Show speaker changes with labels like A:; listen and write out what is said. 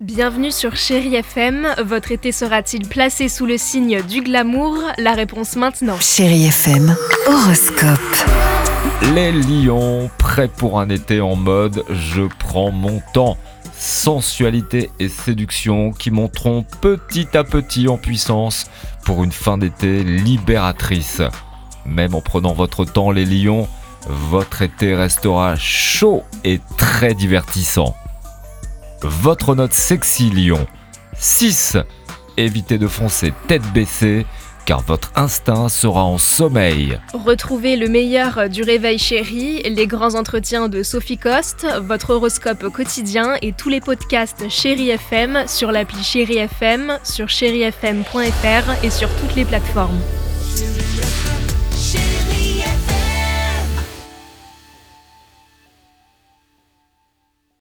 A: Bienvenue sur Chérie FM. Votre été sera-t-il placé sous le signe du glamour La réponse maintenant.
B: Chérie FM. Horoscope.
C: Les lions, prêts pour un été en mode je prends mon temps. Sensualité et séduction qui monteront petit à petit en puissance pour une fin d'été libératrice. Même en prenant votre temps, les lions, votre été restera chaud et très divertissant. Votre note sexy, lion. 6. Évitez de foncer tête baissée car votre instinct sera en sommeil.
A: Retrouvez le meilleur du réveil chéri, les grands entretiens de Sophie Coste, votre horoscope quotidien et tous les podcasts Chérie FM sur l'appli Chérie FM, sur chérifm.fr et sur toutes les plateformes.
D: Chérie